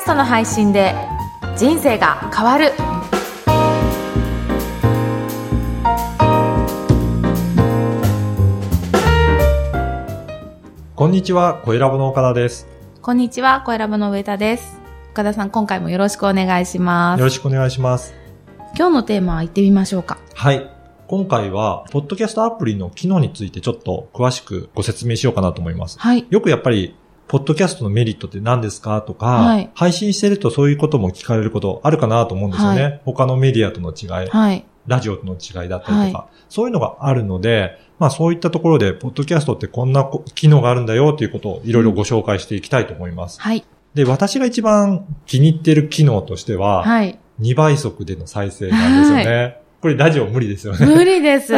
ストの配信で人生が変わるこんにちは、小ラボの岡田です。こんにちは声ラボの上田です岡田さん今回もよろしくお願いしまよすろしくお願いします。今日のテーマは行ってみましょうかはい。今回は、ポッドキャストアプリの機能についてちょっと詳しくご説明しようかなと思います。はいよくやっぱり、ポッドキャストのメリットって何ですかとか、はい配信してるとそういうことも聞かれることあるかなと思うんですよね。は他のメディアとの違い、はいラジオとの違いだったりとか、そういうのがあるので、まあそういったところで、ポッドキャストってこんなこ機能があるんだよということをいろいろご紹介していきたいと思います。はいで、私が一番気に入ってる機能としては、はい2倍速での再生なんですよね。これラジオ無理ですよね。 無理です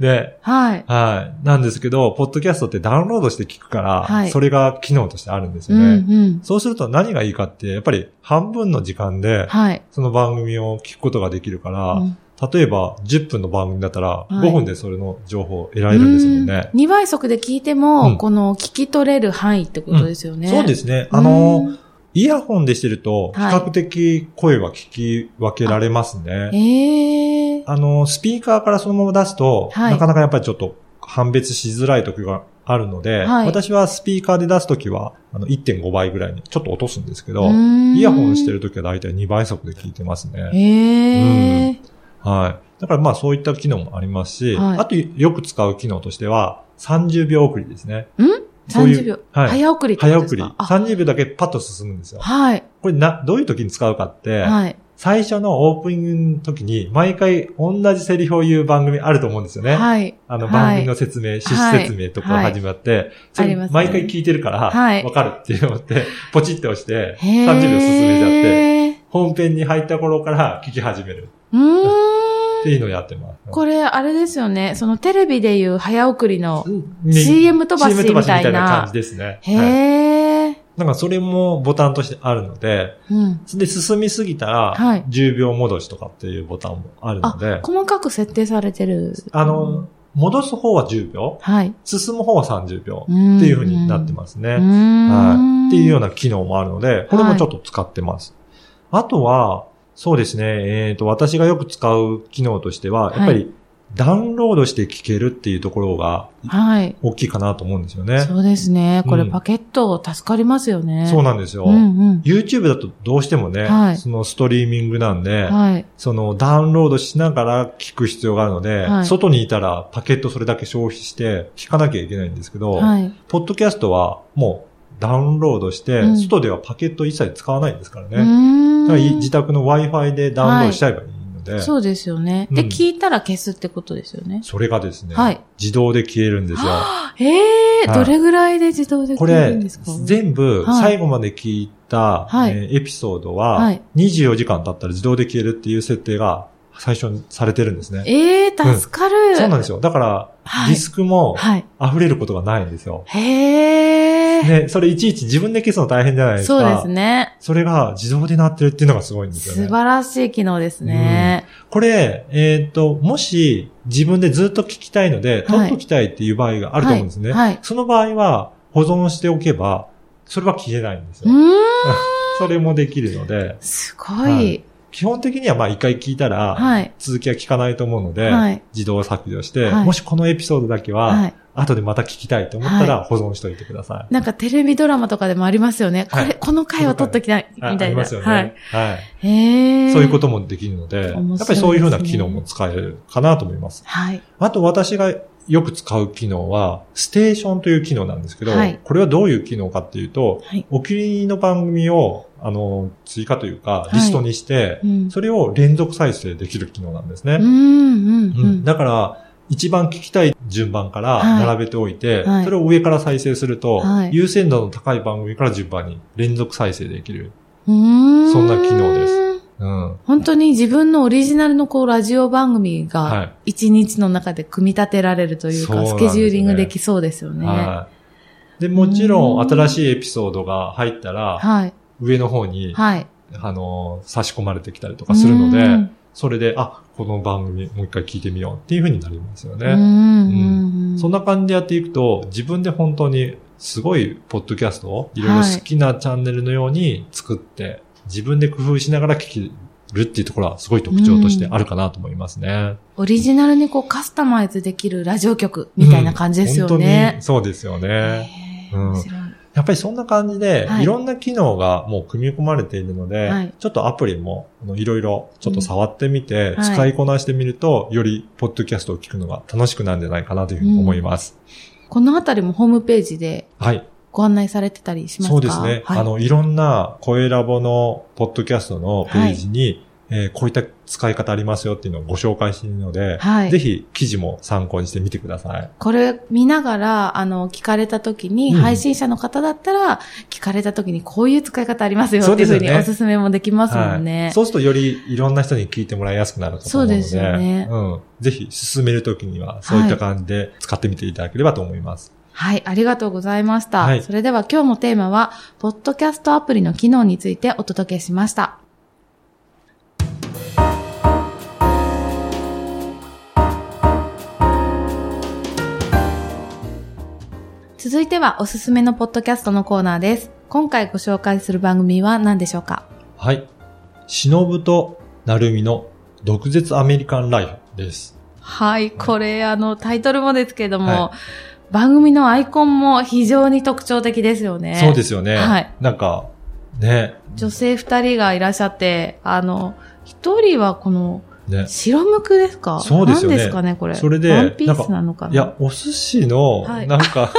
で、はいはい。なんですけど、ポッドキャストってダウンロードして聞くから、はいそれが機能としてあるんですうよんね。うんそうすると何がいいかって、やっぱり半分の時間で、はいその番組を聞くことができるから、うん例えば10分の番組だったら、い5分でそれの情報を得られるんですもんね。 2倍速で聞いてうも、んこの聞き取れる範囲ってことですよね。。そうですすね。あの、イヤホンでしてると、比はい較的声は聞き分けられますね。ええあの、スピーカーからそのまま出すと、はいなかなかやっぱりちょっと判別しづらい時があるので、はい私はスピーカーで出す時は、あの、1.5倍ぐらいにちょっと落とすんですけど、ー。イヤホンしてる。る時は大体2倍速で聞いてますね。ええはい。だからまあそういった機能もありますし、はいあとよく使う機能としては、30秒送りですね。そういう30秒。はい。早送りってこと早です送り。か30秒だけパッと進むんですよあ。はい。これな、どういう時に使うかって、はい。最初のオープニングの時に、毎回同じセリフを言う番組あると思うんですよね。はい。あの、はい番組の説明、趣旨説明とかはい始まって、そありれますね毎回聞いてるから、はいわかるって 思って、ポチって押して、へえ。 30秒進めちゃって、て。本編に入った頃から聞き始めるうーっん。ていうのをやってます。これ、あれですよね。そのテレビでいう早送りの。ね CM 飛ばし CM 飛ばしみたいみたいなな感じですね。へはいえ。なんかそれもボタンとしてあるので、うん。で、進みすぎたら、はい10秒戻しとかっていうボタンもあるので、あ細かく設定されてる。の、戻す方は10秒、はい。進む方は30っ秒てっていう風になってますね。うーん。はい。っていうような。な機能もあるので、これもちょっと使ってます。あとは、そうですね、えっ、と、私がよく使う機能としては、はいやっぱりダウンロードして聞けるっていうところがはい。大きいかなと思うんですよね。そうですね。これうんパケット助かりますよね。そうななんですよ。うんうん。 YouTube だとどうしてもね、はいそのストリーミングなんで、はい。そのダウンロードしながら聞く必要があるので、はい外にいたらパケットそれだけ消費して聞かなきゃいけないんですけど、はい。ポッドキャストはもうダウンロードして、うん外ではパケット一切使わないですからね。うーんだからい自宅の Wi-Fi でダウンロードしちゃえばいいので、そうですよね。で、うん聞いたら消すってことですよね。それがですね、はい自動で消えるんですよ。ええはいどれぐらいで自動でこ消えるれんですか、全部はい最後まで聞いた、はいえーエピソードは、はい24時間経ったら自動で消えるっていう設定が最初にされてるんですね。ええ助かる、。そうなんですすよ。だから、はいディスクもはい。溢れることがないんですよ。へえ、ね、それいちいち自分で消すの大変じゃないですか。そうですね。それが自動でなってるっていうのがすごいんですよね。素晴らしい機能ですね。これ、えっ、と、もし自分でずっと聞きたいのはで、取いっときたいっていう場合があると思うんですね。はいはいその場合は、保存しておけば、それは消えないんですうよ。ーん、それもできるので、すごい。ははいい。基本的にはまあ一回聞いたら、はい続きは聞かないと思うので、はい自動削除して、はいもしこのエピソードだけは、後でまた聞きたいと思ったら保存しておいてください。なんかテレビドラマとかでもありますよね。はいこれ、この回を撮っときたい、みあたいな。ありますよね、ははいい。へえ。。そういうことともできるので、や面白いですねっぱりそういうふうな機能も使えるかなと思います。はい。あと私がよく使う機能は、ステーションという機能なんですけど、はいこれはどういう機能かっていうと、はい。お気に入りの番組を、あの、追加というかは、いリストにして、うん。それを連続再生できる機能なんですね。うん、うん、ううんん。だから、一番聞きたい順番からはい並べておいて、はいそれを上から再生すると、はい優先度の高い番組から順番に連続再生できる。うーんそんな機能です。うん。本当に自分のオリジナルのこうラジオ番組はがい一日の中で組み立てられるというか、そうなんスですケねジューリングできそうですよね。ははい。で、もちろうんん新しいエピソードが入ったい。ら、はい。上の方にはい、あの、差し込まれてきたりとかするのうんで、それで、あ、この番組もう一回聞いてみようっていう風になりますようんね。うんうんそんな感じでやっていくと、自分で本当にすごい、ポッドキャストをいろいろ好きなチャンネルのように作って、自分で工夫しながら聞けるっていうところはすごい特徴としてあるかなと思いますね。オリジナルにこうカスタマイズできるラジオ局みたいな感じですよ本当ねに。そうですよね。へーうん面白いやっぱりそんな感じで、はいい、ろんな機能がもう組み込まれているので、はいちょっとアプリもあのいろいろちょっと触ってみて、うんはい使いこなしてみると、よりポッドキャストを聞くのが楽しくなるんじゃないかなというふうに思います。このあたりもホームページではい。ご案内されてたりしますかそうですね。はい、あの、いろんな声ラボのポッドキャストのページに、えーこういった使い方ありますよっていうのをご紹介しているので、はいぜひ記事も参考にしてみてください。これ見ながら、あの、聞かれた時に、うん配信者の方だったら、聞かれた時にこういう使い方ありますよそっうていでうふすうよねにおすすめもできますもんはいね。そうするとよりいろんな人に聞いてもらいやすくなると思うのそうでで、すよねうん、ぜひ進めるときにはそういった感じで使ってみていただければと思います。はい、ありがとうございました。はいそれでは今日もテーマは、ポッドキャストアプリの機能についてお届けしました。続いてはおすすめのポッドキャストのコーナーです。今回ご紹介する番組は何でしょうかはい。忍となるみの毒舌アメリカンライフです。はい、これあのタイトルもですけれども、は番組のアイコンも非常に特徴的ですよね。そうですよね。はいなんか、ね、女性二人がいらっしゃって、あの、一人はこの、ね。白むくですかそうですよね何ですかね、これ。それでワンピースなのかないや、お寿司の、はいなん か、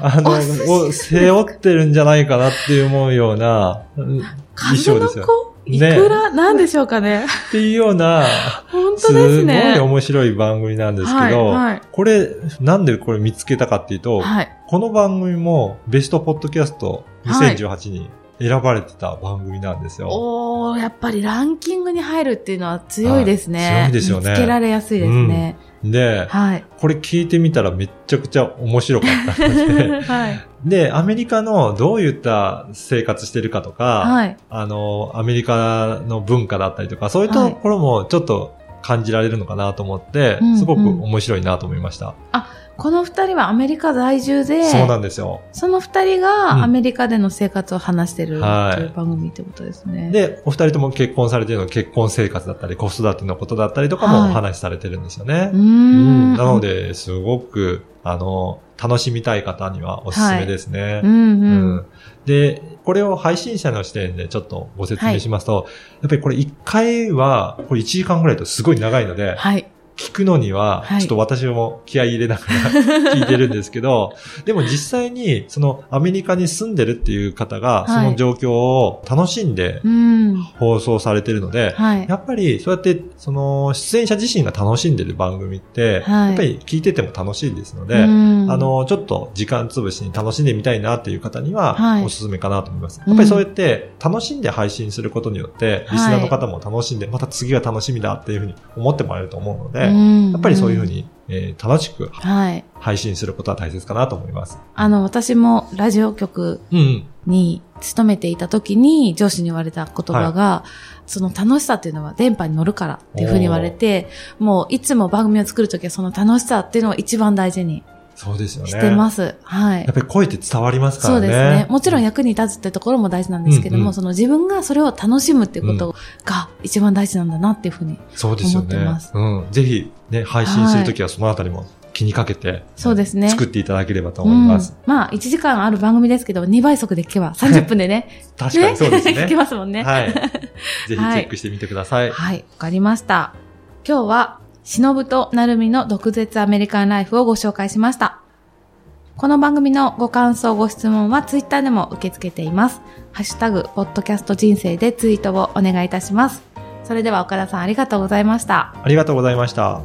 あのお寿司、を背負ってるんじゃないかなって思うような、うん衣風装のですよ。子いねくら、なんでしょうかね。っていうような、本当すですごね。い面白い番組なんですけど、はいはいこれ、なんでこれ見つけたかっていうと、はい。この番組もベストポッドキャスト2018に選ばれてた番組なんですよ。おー、やっぱりランキングに入るっていうのは強いですね。はい強いですよね見つけられやすいですね。で、はい。これ聞いてみたらめっちゃくちゃ面白かったの で、はい。で、アメリカのどういった生活してるかとか、はい。あの、アメリカの文化だったりとか、そういうところもちょっと感じられるのかなと思って、うんうんすごく面白いなと思いました。この二人はアメリカ在住で、そうなんですよ。その二人うんがアメリカでの生活を話してるはいという番組ってことですね。で、お二人とも結婚されているので結婚生活だったり、子育てのことだったりとかもおはい話しされてるんですよね。うーうんん。なので、すごく、あの、楽しみたい方にはおすすめですね。うんううん。んで、これを配信者の視点でちょっとご説明しますと、やっぱりこれ1回は、これ1時間ぐらいとすごい長いので、はい。聞くのにはは、いちょっと私も気合い入れながら聞いてるんです けど、でも実際に、そのアメリカに住んでるっていう方が、そはいの状況を楽しんでうん。放送されてるので、はい。やっぱりそうやって、その出演者自身が楽しんでる番組って、はいやっぱり聞いてても楽しいですので、うんあ、の、ちょっと時間潰しに楽しんでみたいなっていう方にはは、いおすすめかなと思います。うんやっぱりそうやって、楽しんで配信することによって、はいリスナーの方も楽しんで、また次が楽しみだっていうふうに思ってもらえると思うので、ややっぱりそういうふう。に、えー楽しくはい。配信することは大切かなと思います。あの、私もラジオ局うんうん。に勤めていた時に上司に言われた言葉が、その楽しさっていうのは電波に乗るからっていうふうに言われて、もういつも番組を作るときはその楽しさっていうのを一番大事にそうですよね。してます。はいやっ。ぱり声って伝わりますかそらうね。ですね。もちろん役に立つってところも大事なんですけども、うんうんその自分がそれを楽しむっていうことが一番大事なんだなっていうふうに。そうですよね。思ってますうん。ぜひ、ね、配信するときはそのあたりも気にかけて、そうですね作っていただければと思います。うんまあ、1時間ある番組ですけど、2倍速で聞け ば30分でね、確かにそうですね。聞けますもんね。 はい。はい。ぜひチェックしてみてください。わ、かりました。今日は、忍となるみの毒舌アメリカンライフをご紹介しました。この番組のご感想、ご質問はツイッターでも受け付けています。ハッシュタグ、ポッドキャスト人生でツイートをお願いいたします。それでは岡田さんありがとうございました。ありがとうございました。